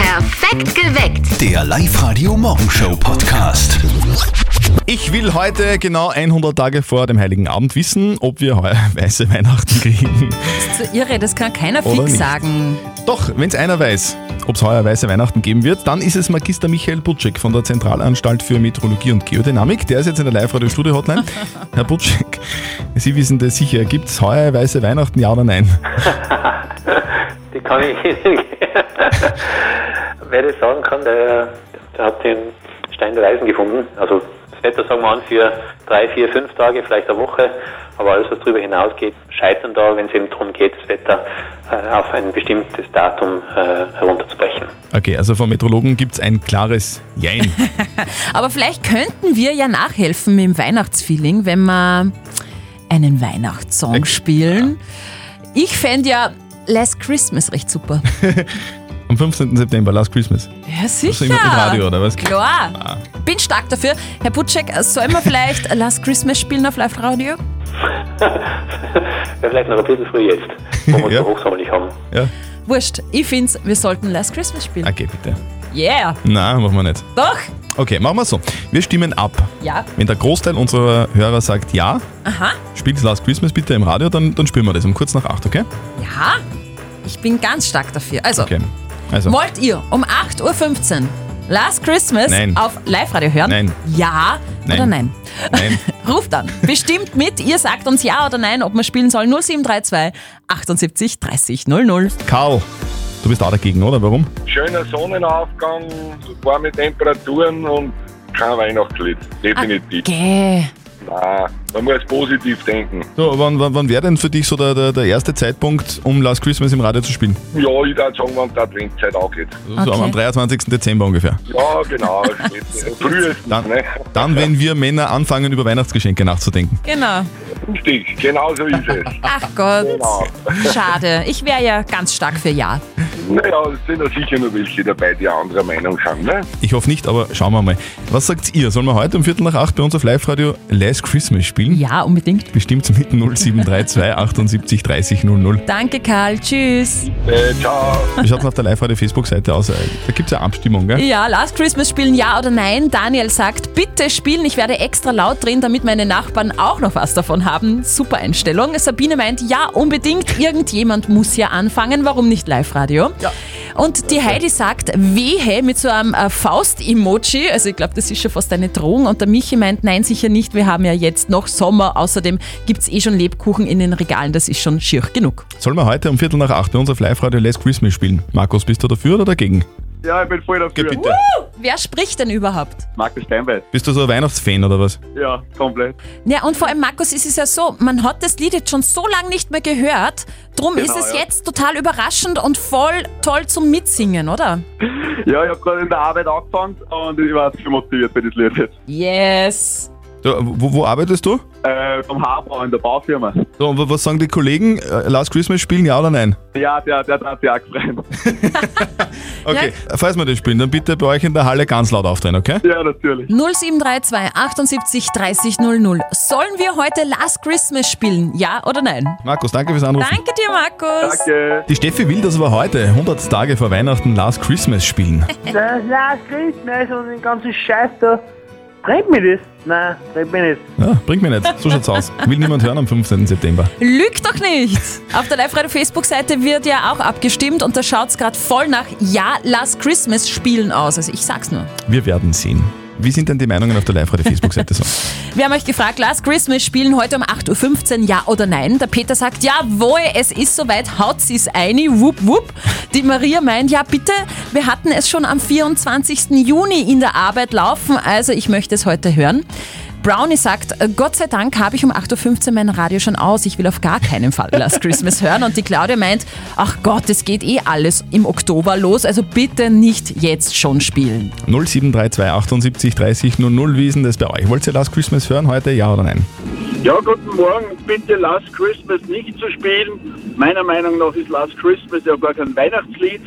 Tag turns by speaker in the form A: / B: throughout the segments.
A: Perfekt geweckt.
B: Der Live-Radio Morgenshow Podcast.
C: Ich will heute genau 100 Tage vor dem Heiligen Abend wissen, ob wir heuer weiße Weihnachten kriegen.
D: So irre, das kann keiner
C: Oder
D: fix
C: nicht.
D: sagen.
C: Doch, wenn es einer weiß, ob es heuer weiße Weihnachten geben wird, dann ist es Magister Michael Butschek von der Zentralanstalt für Meteorologie und Geodynamik. Der ist jetzt in der Live-Radio-Studio-Hotline. Herr Butschek, Sie wissen das sicher. Gibt es heuer weiße Weihnachten, ja oder nein?
E: Die kann ich Ihnen. Wer das sagen kann, der, der hat den Stein der Weisen gefunden. Also das Wetter sagen wir an für drei, vier, fünf Tage, vielleicht eine Woche. Aber alles, was darüber hinausgeht, scheitern da, wenn es eben darum geht, das Wetter äh, auf ein bestimmtes Datum äh, herunterzubrechen.
C: Okay, also vom Meteorologen gibt es ein klares Jein.
D: Aber vielleicht könnten wir ja nachhelfen mit dem Weihnachtsfeeling, wenn wir einen Weihnachtssong spielen. Ich fände ja Last Christmas recht super.
C: Am 15. September, Last Christmas.
D: Ja, sicher.
C: im Radio, Ah. oder was?
D: Klar. Bin stark dafür. Herr Butschek, sollen wir vielleicht Last Christmas spielen auf Live Radio?
E: Wäre vielleicht noch ein bisschen früh jetzt, wo wir es
C: Ja.
E: so hochsommerlich haben.
C: Ja?
D: Wurscht. Ich finde, wir sollten Last Christmas spielen.
C: Okay, bitte.
D: Yeah.
C: Nein, machen wir nicht.
D: Doch.
C: Okay, machen wir so. Wir stimmen ab.
D: Ja.
C: Wenn der Großteil unserer Hörer sagt ja,
D: Aha.
C: spielt Last Christmas bitte im Radio, dann, dann spielen wir das um kurz nach 8, okay?
D: Ja. Ich bin ganz stark dafür. Also,
C: Okay. Also,
D: Wollt ihr um 8.15 Uhr Last Christmas
C: Nein.
D: auf Live-Radio hören?
C: Nein.
D: Ja oder
C: Nein.
D: nein?
C: nein.
D: Ruft an. Bestimmt mit. Ihr sagt uns ja oder nein, ob wir spielen sollen. 0732 78 30 00.
C: Karl, du bist auch dagegen, oder? Warum?
F: schöner Sonnenaufgang, warme Temperaturen und kein Weihnachtslied.
D: Ah,
F: Definitiv.
D: Okay.
F: Nein, man muss positiv denken.
C: So, wann, wann, wann wäre denn für dich so der, der, der erste Zeitpunkt, um Last Christmas im Radio zu spielen?
F: Ja, ich würde sagen, wenn die Adventszeit auch geht.
C: So
D: Okay.
C: am 23. Dezember ungefähr.
F: Ja, genau. spät- Frühestens,
C: Dann,
F: ne?
C: dann, wenn wir Männer anfangen, über Weihnachtsgeschenke nachzudenken.
D: Genau.
F: Richtig, genau so ist es.
D: Ach Gott.
F: Genau.
D: Schade. Ich wäre ja ganz stark für Ja.
F: Naja, es sind ja sicher noch welche dabei, die anderer Meinung sind, ne?
C: Ich hoffe nicht, aber schauen wir mal. Was sagt ihr? Sollen wir heute um Viertel nach acht bei uns auf Live-Radio Last Christmas spielen?
D: Ja, unbedingt.
C: Bestimmt mit 0732 78 30 00.
D: Danke, Karl. Tschüss.
F: Äh, ciao.
C: Wie schaut es auf der Live-Radio-Facebook-Seite aus? Da gibt es ja Abstimmung, gell?
D: Ja, Last Christmas spielen Ja oder Nein. Daniel sagt, bitte spielen. Ich werde extra laut drehen, damit meine Nachbarn auch noch was davon haben. Super Einstellung. Sabine meint, ja, unbedingt. Irgendjemand muss ja anfangen. Warum nicht Live-Radio? Ja. Und die Heidi sagt, wehe mit so einem äh, Faust-Emoji. Also ich glaube, das ist schon fast eine Drohung. Und der Michi meint, nein, sicher nicht. Wir haben ja jetzt noch Sommer. Außerdem gibt es eh schon Lebkuchen in den Regalen. Das ist schon schier genug.
C: Sollen wir heute um Viertel nach acht bei uns auf Live-Radio Last Christmas spielen? Markus, bist du dafür oder dagegen?
G: Ja, ich bin voll dafür.
C: bitte.
D: Wer spricht denn überhaupt?
G: Markus Steinbeis.
C: Bist du so ein Weihnachtsfan oder was?
G: Ja, komplett.
D: Ja, und vor allem, Markus, es ist ja so, man hat das Lied jetzt schon so lange nicht mehr gehört. Drum ist es
G: Genau, ja.
D: jetzt total überraschend und voll toll zum Mitsingen, oder?
G: Ja, ich habe gerade in der Arbeit angefangen und ich war schon motiviert für das Lied jetzt.
D: Yes.
C: Du, wo, wo arbeitest du?
G: Äh, vom Haarbau in der Baufirma.
C: So, und wa- was sagen die Kollegen? Äh, Last Christmas spielen, ja oder nein?
G: Ja, der, der hat sich auch gefreut.
C: Okay, falls wir das spielen, dann bitte bei euch in der Halle ganz laut aufdrehen, okay?
G: Ja, natürlich.
D: 0732 78 30 00. Sollen wir heute Last Christmas spielen? Ja oder nein?
C: Markus, danke fürs Anrufen.
D: Danke dir, Markus.
G: Danke.
C: Die Steffi will, dass wir heute, 100 Tage vor Weihnachten, Last Christmas spielen.
H: Das Last Christmas und den ganzen Scheiß da. Treibt mir das? Nein, treibt mir nicht.
C: Ja, bringt mir nicht, so schaut's aus. Will niemand hören am 15. September.
D: Lüg doch nicht! Auf der Live-Radio-Facebook-Seite wird ja auch abgestimmt und da schaut's grad voll nach Ja, Last Christmas spielen aus. Also ich sag's nur.
C: Wir werden sehen. Wie sind denn die Meinungen auf der Live-Radio-Facebook-Seite so?
D: Wir haben euch gefragt, Last Christmas spielen heute um 8.15 Uhr, ja oder nein? Der Peter sagt, jawohl, es ist soweit, haut sie's ein, wupp, wupp. Die Maria meint, ja bitte, wir hatten es schon am 24. Juni in der Arbeit laufen, also ich möchte es heute hören. Brownie sagt, Gott sei Dank habe ich um 8.15 Uhr mein Radio schon aus. Ich will auf gar keinen Fall Last Christmas hören. Und die Claudia meint, ach Gott, es geht eh alles im Oktober los. Also bitte nicht jetzt schon spielen.
C: 0732 78 30 00, wie ist denn das bei euch? Wollt ihr Last Christmas hören heute, ja oder nein?
I: Ja, guten Morgen. Bitte Last Christmas nicht zu spielen. Meiner Meinung nach ist Last Christmas ja gar kein Weihnachtslied.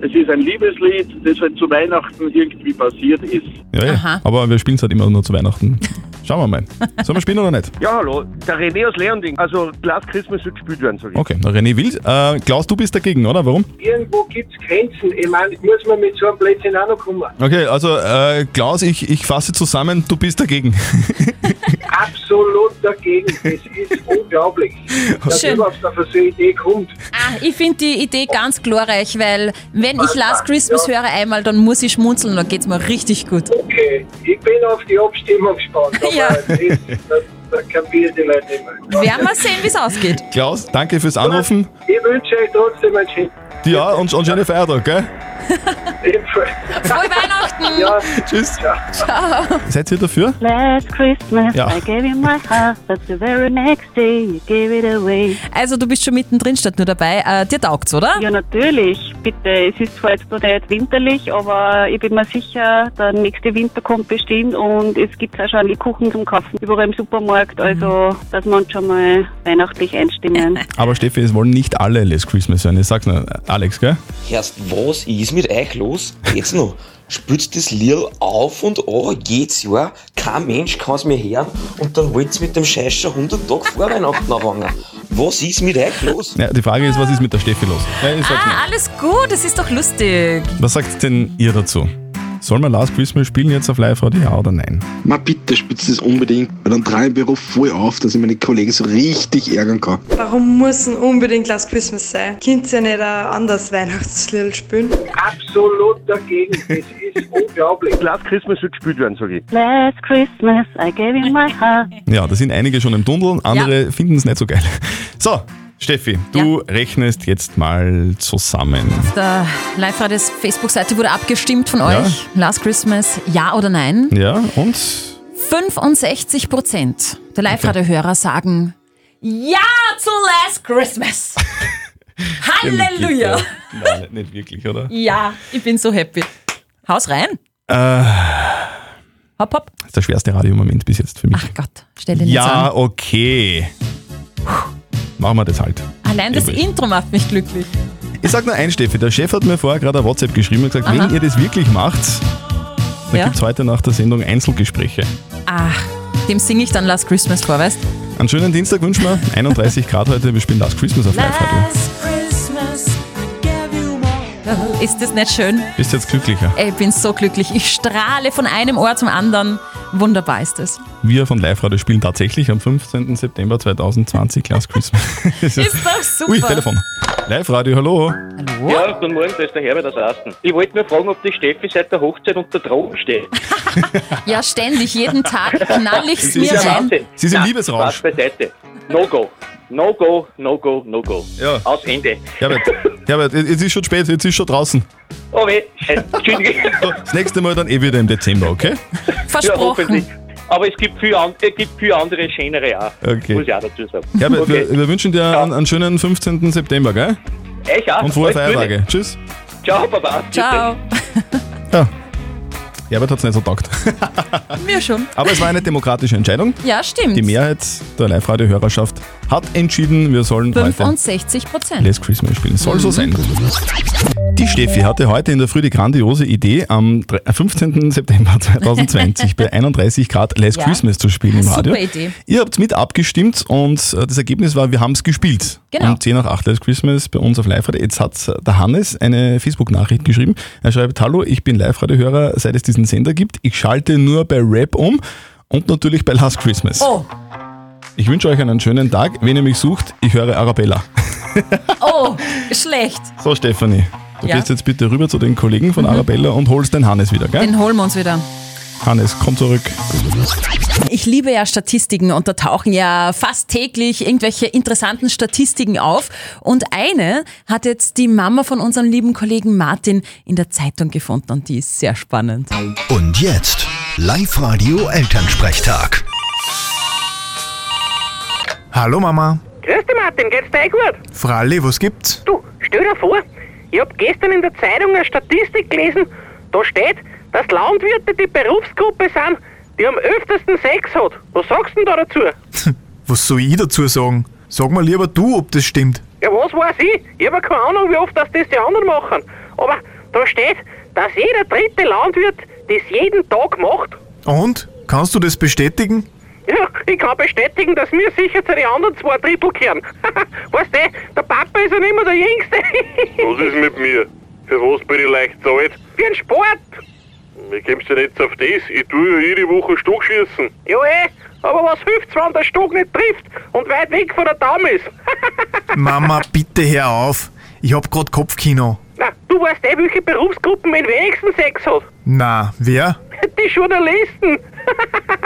I: Es ist ein Liebeslied, das halt zu Weihnachten irgendwie passiert ist.
C: Ja, ja.
D: Aha.
C: Aber wir spielen es halt immer nur zu Weihnachten. Schauen wir mal. Sollen wir spielen oder nicht?
A: Ja, hallo, der René aus Leonding. Also, Last Christmas wird gespielt werden, sag ich.
C: Okay, na, René will. Äh, Klaus, du bist dagegen, oder? Warum?
I: Irgendwo gibt es Grenzen. Ich meine, muss man mit so einem Blödsinn auch noch kommen.
C: Okay, also äh, Klaus, ich, ich fasse zusammen, du bist dagegen.
I: Absolut dagegen. Das ist unglaublich, dass
D: Schön.
I: überhaupt auf so eine Idee kommt.
D: Ah, ich finde die Idee ganz glorreich, weil wenn ich Last Christmas höre einmal, dann muss ich schmunzeln, dann geht's mir richtig gut.
I: Okay, ich bin auf die Abstimmung gespannt. Aber
D: Ja.
I: das, das, das kapieren die Leute nicht mehr.
D: Werden wir sehen, wie es ausgeht.
C: Klaus, danke fürs Anrufen.
I: Ich wünsche euch trotzdem einen schönen
C: Dir auch und, und schöne Feiertag, gell?
I: Ebenfalls.
D: Frohe Weihnachten!
I: Ja.
C: Tschüss. Seid ihr dafür?
J: Last Christmas,
C: Ja.
J: I gave you my heart, but the very next day you gave it away.
D: Also du bist schon mittendrin statt nur dabei. Äh, dir taugt's, oder?
J: Ja, natürlich, bitte. Es ist zwar jetzt noch nicht winterlich, aber ich bin mir sicher, der nächste Winter kommt bestimmt und es gibt auch schon Kuchen zum Kaufen überall im Supermarkt. Also, dass wir uns schon mal weihnachtlich einstimmen.
C: Aber Steffi, es wollen nicht alle Last Christmas hören. Ich sag's nur, Alex, gell?
I: Erst was ist mit euch los? Jetzt noch. Spült das Lied auf und an jedes Jahr. Kein Mensch kann es mehr hören. Und dann wollt ihr mit dem Scheiß schon 100 Tage vor Weihnachten anfangen. Was ist mit euch los?
C: Ja, die Frage ist, was ist mit der Steffi los? Ja, ich sag's
D: Ah, alles gut, das ist doch lustig.
C: nicht. Was sagt denn ihr dazu? Soll man Last Christmas spielen jetzt auf live Radio, ja oder nein?
I: Ma bitte spitzt das unbedingt, weil dann drei im Büro voll auf, dass ich meine Kollegen so richtig ärgern kann.
J: Warum muss denn unbedingt Last Christmas sein? Könnt ihr nicht ein anderes Weihnachtslied spielen?
I: Absolut dagegen. Das ist unglaublich.
A: Last Christmas wird gespielt werden, sag ich.
J: Last Christmas, I gave you my heart.
C: Ja, da sind einige schon im Dundeln, andere finden es nicht so geil. So, Steffi, du rechnest jetzt mal zusammen.
D: Der live des Facebook-Seite wurde abgestimmt von
C: Ja.
D: euch. Last Christmas, ja oder nein?
C: Ja, und?
D: 65 Prozent der live hörer sagen Ja zu Last Christmas. Halleluja!
C: Nein, nicht wirklich, oder?
D: Ja, ich bin so happy. Haus rein. Hopp, hopp.
C: Das ist der schwerste Radiomoment bis jetzt für mich.
D: Ach Gott, stell dir nichts an.
C: ja, okay. Puh, Machen wir das halt.
D: Allein das
C: Übrig.
D: Intro macht mich glücklich.
C: Ich sag nur eins, Steffi, der Chef hat mir vorher gerade ein WhatsApp geschrieben und gesagt,
D: Aha.
C: wenn ihr das wirklich macht, dann
D: Ja.
C: gibt's heute nach der Sendung Einzelgespräche.
D: Ach, dem singe ich dann Last Christmas vor, weißt
C: Einen schönen Dienstag wünschen wir. 31 Grad heute, wir spielen Last Christmas auf Live Radio.
D: Ist das nicht schön?
C: Bist jetzt glücklicher.
D: Ey, Ich bin so glücklich. Ich strahle von einem Ohr zum anderen. Wunderbar ist es.
C: Wir von Live Radio spielen tatsächlich am 15. September 2020 Last Christmas. ist
D: Ist doch super.
C: Ui, Telefon. Live Radio, hallo.
I: Ja, guten Morgen, da ist der Herbert aus Asten. Ich wollte nur fragen, ob die Steffi seit der Hochzeit unter Drogen steht.
D: Ja, ständig, jeden Tag knall ich's
C: Sie ist
D: mir
C: ja
D: rein.
I: Wahnsinn.
C: Sie ist im
I: Nein,
C: Liebesrausch.
I: Spaß beiseite. No go. No go, no go, no go.
C: Ja.
I: Aus Ende.
C: Herbert, Herbert, jetzt ist schon spät, jetzt ist schon draußen.
I: Oh weh, scheiße. Entschuldige.
C: So, das nächste Mal dann eh wieder im Dezember, okay?
I: Ja,
D: Versprochen.
I: hoffentlich. Aber es gibt viel, an, es gibt viel andere schönere auch.
C: Okay.
I: Muss ich auch dazu sagen.
C: Herbert,
I: okay.
C: wir, wir wünschen dir einen, einen schönen 15. September, gell?
I: Euch auch.
C: Und frohe
I: Alles Gute.
C: Feiertage. Tschüss.
I: Ciao, Baba. Tschüss.
D: Ciao.
C: Herbert hat's nicht so taugt.
D: Mir schon.
C: Aber es war eine demokratische Entscheidung.
D: Ja, stimmt.
C: Die Mehrheit der Live-Radio-Hörerschaft hat entschieden, wir sollen heute
D: 65 Prozent.
C: Last Christmas spielen. Soll
D: Mhm.
C: so sein. Die Steffi hatte heute in der Früh die grandiose Idee, am 3 15. September 2020 bei 31 Grad Last
D: Ja.
C: Christmas zu spielen im
D: Super
C: Radio.
D: Idee.
C: Ihr habt mit abgestimmt und äh, das Ergebnis war, wir haben es gespielt.
D: Genau.
C: Um 10 nach 8 Last Christmas bei uns auf Live-Radio. Jetzt hat äh, der Hannes eine Facebook-Nachricht geschrieben. Er schreibt, hallo, ich bin Live-Radio-Hörer, seit es diesen Sender gibt. Ich schalte nur bei Rap um und natürlich bei Last Christmas.
D: Oh,
C: Ich wünsche euch einen schönen Tag. Wenn ihr mich sucht, ich höre Arabella.
D: oh, schlecht.
C: So, Stefanie, du
D: Ja.
C: gehst jetzt bitte rüber zu den Kollegen von Arabella und holst den Hannes wieder, gell?
D: Den holen wir uns wieder.
C: Hannes, komm zurück.
D: Ich liebe ja Statistiken und da tauchen ja fast täglich irgendwelche interessanten Statistiken auf. Und eine hat jetzt die Mama von unserem lieben Kollegen Martin in der Zeitung gefunden und die ist sehr spannend.
B: Und jetzt Live-Radio Elternsprechtag.
K: Hallo Mama.
J: Grüß dich, Martin, geht's dir eh gut?
K: Fralli, was gibt's?
J: Du, stell dir vor, ich hab gestern in der Zeitung eine Statistik gelesen, da steht, dass Landwirte die Berufsgruppe sind, die am öftesten Sex hat. Was sagst du denn da dazu?
K: Was soll ich dazu sagen? Sag mal lieber du, ob das stimmt.
J: Ja, was weiß ich? Ich habe keine Ahnung, wie oft das, das die anderen machen. Aber da steht, dass jeder dritte Landwirt das jeden Tag macht.
K: Und? Kannst du das bestätigen?
L: Ja, ich kann bestätigen, dass mir sicher zu den anderen zwei Drittel gehören. weißt du, der Papa ist ja nicht mehr der Jüngste.
M: Was ist mit mir? Für was bin ich leicht zu alt?
L: Für den Sport.
M: Wie kommst du denn jetzt auf das? Ich tue ja jede Woche Stock schießen.
L: Ja, eh. Aber was hilft's, wenn der Stock nicht trifft und weit weg von der Dame ist?
K: Mama, bitte hör auf. Ich hab grad Kopfkino.
L: Na, du weißt eh, welche Berufsgruppen am wenigsten Sex hat.
K: Na, wer?
L: Die Journalisten.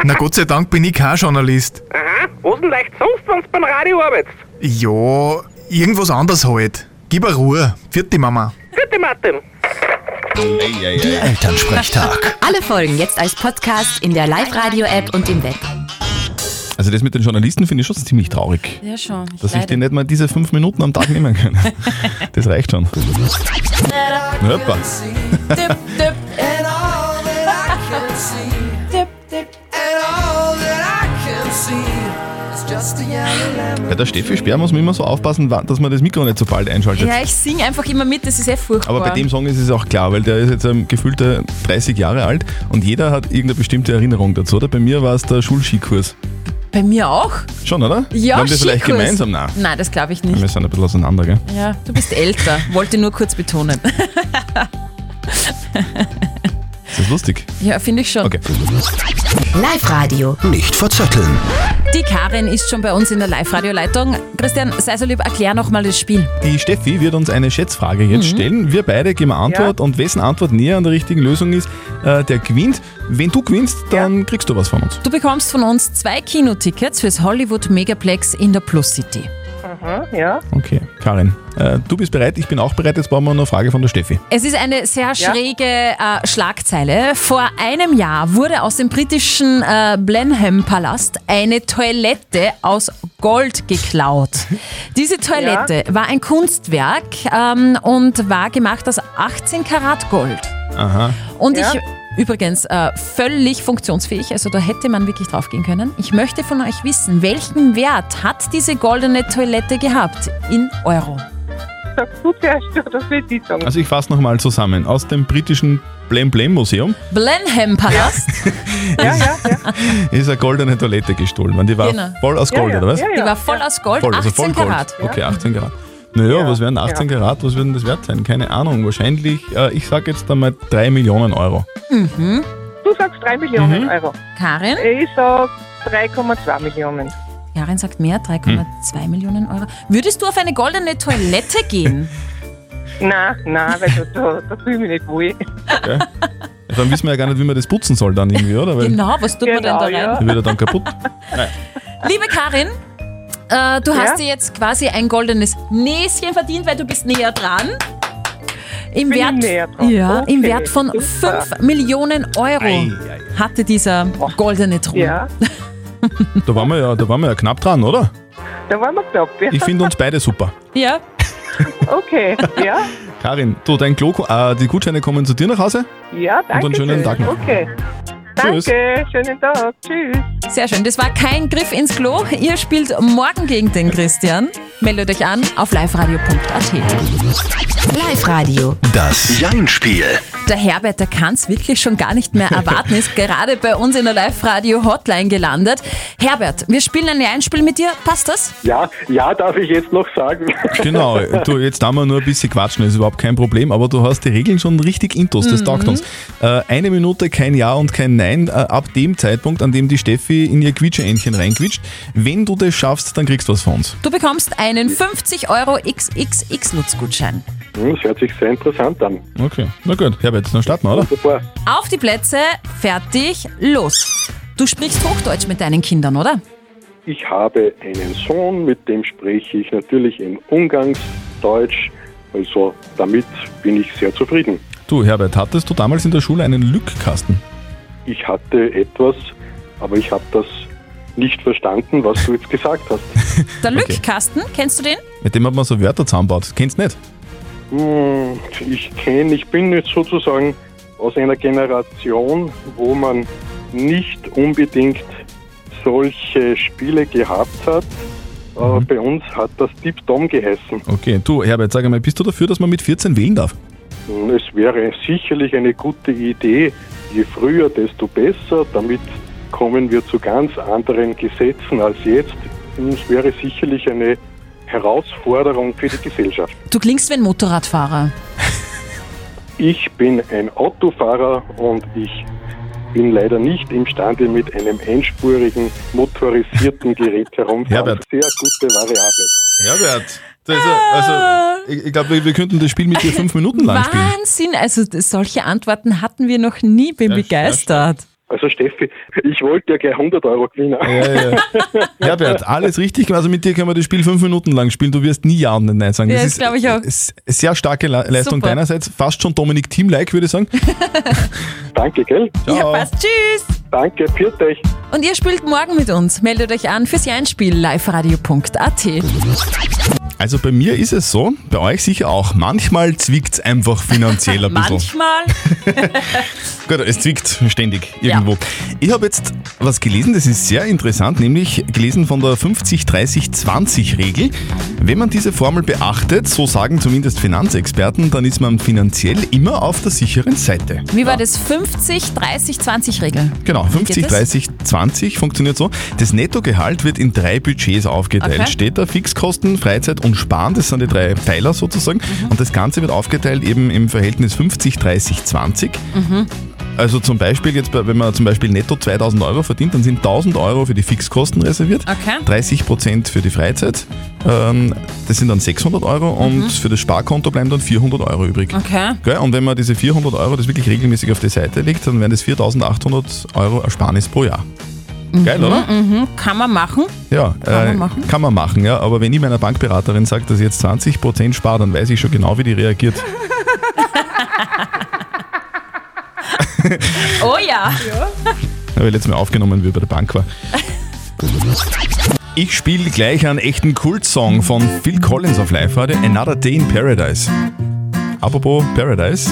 K: Na Gott sei Dank bin ich kein Journalist.
L: Aha, was denn leicht sonst, wenn du beim Radio arbeitest?
K: Ja, irgendwas anderes halt. Gib eine Ruhe. Vierte Mama.
L: Gute Martin.
B: Der Elternsprechtag.
N: Alle Folgen jetzt als Podcast in der Live-Radio-App und im Web.
C: Also das mit den Journalisten finde ich schon ziemlich traurig.
D: Ja, schon. Ich
C: Dass ich
D: leide.
C: dir nicht mal diese fünf Minuten am Tag nehmen kann. Das reicht schon. Hoppa. Bei der Steffi Speer muss man immer so aufpassen, wann- dass man das Mikro nicht so bald einschaltet.
D: Ja, ich singe einfach immer mit, das ist eh furchtbar.
C: Aber bei dem Song ist es auch klar, weil der ist jetzt ähm, gefühlte 30 Jahre alt und jeder hat irgendeine bestimmte Erinnerung dazu. Oder bei mir war es der Schulskikurs.
D: Bei mir auch?
C: Schon, oder?
D: Ja,
C: Haben wir vielleicht
D: Skikurs.
C: gemeinsam nach?
D: Nein, das glaube ich nicht.
C: Wir sind ein bisschen auseinander, gell?
D: Ja, du bist älter, wollte nur kurz betonen.
C: Ist das lustig?
D: Ja, finde ich schon.
C: Okay.
N: Live-Radio.
B: Nicht verzetteln.
D: Die Karin ist schon bei uns in der Live-Radio-Leitung. Christian, sei so lieb, erklär nochmal das Spiel.
C: Die Steffi wird uns eine Schätzfrage jetzt
D: Mhm.
C: stellen. Wir beide geben eine Antwort und wessen Antwort näher an der richtigen Lösung ist, äh, der gewinnt. Wenn du gewinnst, dann kriegst du was von uns.
D: Du bekommst von uns zwei Kinotickets fürs Hollywood Megaplex in der Plus City.
L: Aha, ja.
C: Okay, Karin, äh, du bist bereit, ich bin auch bereit. Jetzt brauchen wir noch eine Frage von der Steffi.
D: Es ist eine sehr schräge äh, Schlagzeile. Vor einem Jahr wurde aus dem britischen äh, Blenheim-Palast eine Toilette aus Gold geklaut. Diese Toilette war ein Kunstwerk ähm, und war gemacht aus 18 Karat Gold.
C: Aha.
D: Und
L: Ja.
D: ich übrigens äh, völlig funktionsfähig, also da hätte man wirklich drauf gehen können. Ich möchte von euch wissen, welchen Wert hat diese goldene Toilette gehabt in Euro?
L: Sagst du zuerst, oder soll ich sagen?
C: Also ich fasse nochmal zusammen. Aus dem britischen Blem Blem Museum
D: Blenheim Palast.
L: ja, ja, ja.
C: ist eine goldene Toilette gestohlen worden. Die war
D: Genau.
C: voll aus Gold, oder was?
D: Die war voll aus Gold,
C: Voll, also
D: 18
C: voll Gold.
D: Karat.
C: Okay, 18 Karat. Naja, was wären 18 Karat? Was würden das wert sein? Keine Ahnung. Wahrscheinlich, äh, ich sage jetzt einmal 3 Millionen Euro.
L: Mhm. Du sagst 3 Millionen
C: Mhm.
L: Euro.
D: Karin?
L: Ich sag 3,2 Millionen.
D: Karin sagt mehr,
C: Hm.
D: 3,2 Millionen Euro. Würdest du auf eine goldene Toilette gehen?
L: Nein, nein, weil da, da, da fühle ich mich nicht wohl.
C: Okay. Ja, Also dann wissen wir ja gar nicht, wie man das putzen soll dann irgendwie, oder? Weil
D: Genau, was tut man denn da rein?
C: Die wird ja dann kaputt. Nein.
D: Liebe Karin, äh, du hast dir jetzt quasi ein goldenes Näschen verdient, weil du bist näher dran. Im
L: Bin
D: Wert,
L: näher dran.
D: Ja, im
L: Okay,
D: Wert von
L: super.
D: 5 Millionen Euro
C: Ei,
D: hatte dieser goldene Thron.
L: Ja,
C: Da waren wir ja, da waren wir ja knapp dran, oder?
L: da waren wir knapp. Ja.
C: Ich finde uns beide super.
D: ja.
L: Okay, ja,
C: Karin, du, dein Klo, äh, die Gutscheine kommen zu dir nach Hause.
L: ja, danke.
C: einen schönen
L: schön.
C: Tag noch.
L: Okay.
C: Tschüss.
L: Danke, schönen Tag. Tschüss.
D: Sehr schön, das war kein Griff ins Klo. Ihr spielt morgen gegen den Christian. Meldet euch an auf liveradio.at.
N: Live Radio.
B: Das Jein-Spiel.
D: Der Herbert, der kann es wirklich schon gar nicht mehr erwarten, ist gerade bei uns in der Live-Radio-Hotline gelandet. Herbert, wir spielen ein Einspiel mit dir. Passt das?
O: Ja, ja, darf ich jetzt noch sagen.
C: Genau, du, jetzt haben wir nur ein bisschen quatschen, ist überhaupt kein Problem, aber du hast die Regeln schon richtig intus, das
O: Mhm.
C: taugt uns. Äh, eine Minute kein Ja und kein Nein, äh, ab dem Zeitpunkt, an dem die Steffi in ihr Quietscheentchen reinquitscht. Wenn du das schaffst, dann kriegst du was von uns.
D: Du bekommst einen 50 Euro XXX-Lutz-Gutschein.
O: Hm, Das hört sich sehr interessant an.
C: Okay, na gut, Herbert, dann starten wir, oder?
O: Super.
D: Auf die Plätze, fertig, los. Du sprichst Hochdeutsch mit deinen Kindern, oder?
O: Ich habe einen Sohn, mit dem spreche ich natürlich in Umgangsdeutsch. Also damit bin ich sehr zufrieden.
C: Du, Herbert, hattest du damals in der Schule einen Lückkasten?
O: Ich hatte etwas, aber ich habe das nicht verstanden, was du jetzt gesagt hast.
D: Der Lückkasten, kennst du den?
C: Mit dem hat man so Wörter zusammenbaut. Kennst nicht?
O: Hm, Ich kenne, ich bin jetzt sozusagen aus einer Generation, wo man nicht unbedingt solche Spiele gehabt hat. Äh, Bei uns hat das Tip Tom geheißen.
C: Okay, du, Herbert, sag einmal, bist du dafür, dass man mit 14 wählen darf?
O: Hm, Es wäre sicherlich eine gute Idee, je früher, desto besser, damit kommen wir zu ganz anderen Gesetzen als jetzt. Und es wäre sicherlich eine Herausforderung für die Gesellschaft.
D: Du klingst wie ein Motorradfahrer.
O: Ich bin ein Autofahrer und ich bin leider nicht imstande, mit einem einspurigen motorisierten Gerät herumzufahren.
C: Herbert.
O: Sehr gute Variable.
C: Herbert, das ist, ja-
D: Ah.
C: also, ich, ich glaube, wir, wir könnten das Spiel mit dir fünf Minuten lang spielen.
D: Wahnsinn! Also d- solche Antworten hatten wir noch nie. Bin begeistert.
O: Also Steffi, ich wollte ja gleich 100 Euro gewinnen.
C: Ja, ja. Herbert, alles richtig. gemacht. Also mit dir können wir das Spiel fünf Minuten lang spielen. Du wirst nie Ja und Nein sagen.
D: Ja,
C: das
D: das glaube ich auch.
C: ist sehr starke Le- Leistung
D: Super.
C: deinerseits. Fast schon Dominik Team-like, würde ich sagen.
O: Danke, gell?
D: Ja, passt. Tschüss!
O: Danke, pfiat euch.
D: Und ihr spielt morgen mit uns. Meldet euch an fürs Jeinspiel liveradio.at.
C: Also bei mir ist es so, bei euch sicher auch. Manchmal zwickt es einfach finanziell ein bisschen.
D: Manchmal.
C: Gut, es zwickt ständig irgendwo. Ich habe jetzt was gelesen, das ist sehr interessant, nämlich gelesen von der 50-30-20-Regel. Wenn man diese Formel beachtet, so sagen zumindest Finanzexperten, dann ist man finanziell immer auf der sicheren Seite.
D: Wie war das? 50, 30, 20 Regel.
C: Genau,
D: Wie geht
C: 50,
D: das?
C: 30, 20 funktioniert so. Das Nettogehalt wird in drei Budgets aufgeteilt.
D: Okay.
C: Steht da Fixkosten, Freizeit und Sparen, das sind die drei Pfeiler sozusagen.
D: Mhm.
C: Und das Ganze wird aufgeteilt eben im Verhältnis 50, 30, 20.
D: Mhm.
C: Also zum Beispiel, jetzt, bei- wenn man zum Beispiel netto 2000 Euro verdient, dann sind 1000 Euro für die Fixkosten reserviert,
D: Okay.
C: 30 Prozent für die Freizeit, ähm, das sind dann 600 Euro
D: Mhm.
C: und für das Sparkonto bleiben dann 400 Euro übrig.
D: Okay.
C: Gell? Und wenn man diese 400 Euro das wirklich regelmäßig auf die Seite legt, dann wären das 4800 Euro Ersparnis pro Jahr. Geil,
D: Mhm,
C: oder?
D: Mhm, kann man machen.
C: Ja, äh,
D: Kann man machen.
C: kann man machen, ja. Aber wenn ich meiner Bankberaterin sage, dass ich jetzt 20% spare, dann weiß ich schon genau, wie die reagiert.
D: Oh ja.
C: weil letztes Mal aufgenommen, wie ich bei der Bank war. Ich spiele gleich einen echten Kultsong von Phil Collins auf live heute, Another Day in Paradise. Apropos Paradise,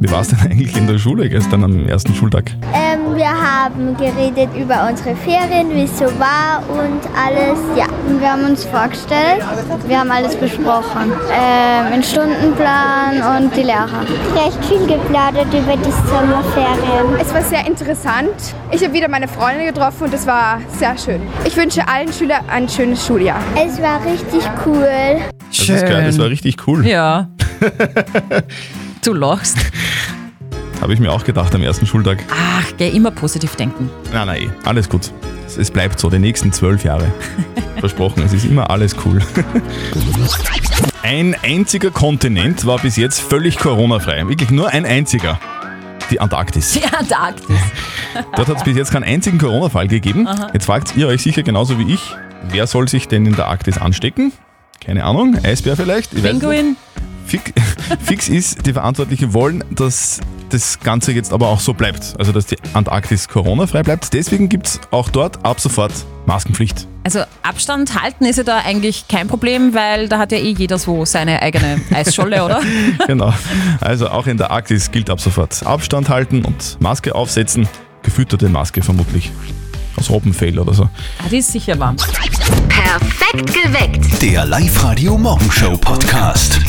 C: wie war es denn eigentlich in der Schule gestern am ersten Schultag?
P: Ähm, wir haben geredet über unsere Ferien, wie es so war und alles. Ja, Und wir haben uns vorgestellt, wir haben alles besprochen. Ähm, den Stundenplan und die Lehrer. Recht viel geplaudert über die Sommerferien.
Q: Es war sehr interessant. Ich habe wieder meine Freunde getroffen und es war sehr schön. Ich wünsche allen Schülern ein schönes Schuljahr.
P: Es war richtig cool.
C: Das ist geil, das war richtig cool.
D: Ja. du lachst.
C: Habe ich mir auch gedacht am ersten Schultag.
D: Ach, geh immer positiv denken.
C: Nein, nein, alles gut. Es- Es bleibt so, die nächsten zwölf Jahre. Versprochen, es ist immer alles cool. Ein einziger Kontinent war bis jetzt völlig Corona-frei. Wirklich nur ein einziger. Die Antarktis.
D: Die Antarktis.
C: Dort hat es bis jetzt keinen einzigen Corona-Fall gegeben.
D: Aha.
C: Jetzt fragt ihr euch sicher genauso wie ich, wer soll sich denn in der Arktis anstecken? Keine Ahnung, Eisbär vielleicht? Ich weiß nicht.
D: Pinguin.
C: Fix, fix ist, die Verantwortlichen wollen, dass das Ganze jetzt aber auch so bleibt. Also, dass die Antarktis Corona-frei bleibt. Deswegen gibt es auch dort ab sofort Maskenpflicht.
D: Also Abstand halten ist ja da eigentlich kein Problem, weil da hat ja eh jeder so seine eigene Eisscholle, oder?
C: genau. Also, auch in der Arktis gilt ab sofort Abstand halten und Maske aufsetzen. Gefütterte Maske vermutlich. Aus Robbenfell oder so.
D: Ah, Die ist sicher warm.
N: Perfekt geweckt.
B: Der Live-Radio Morgenshow Podcast.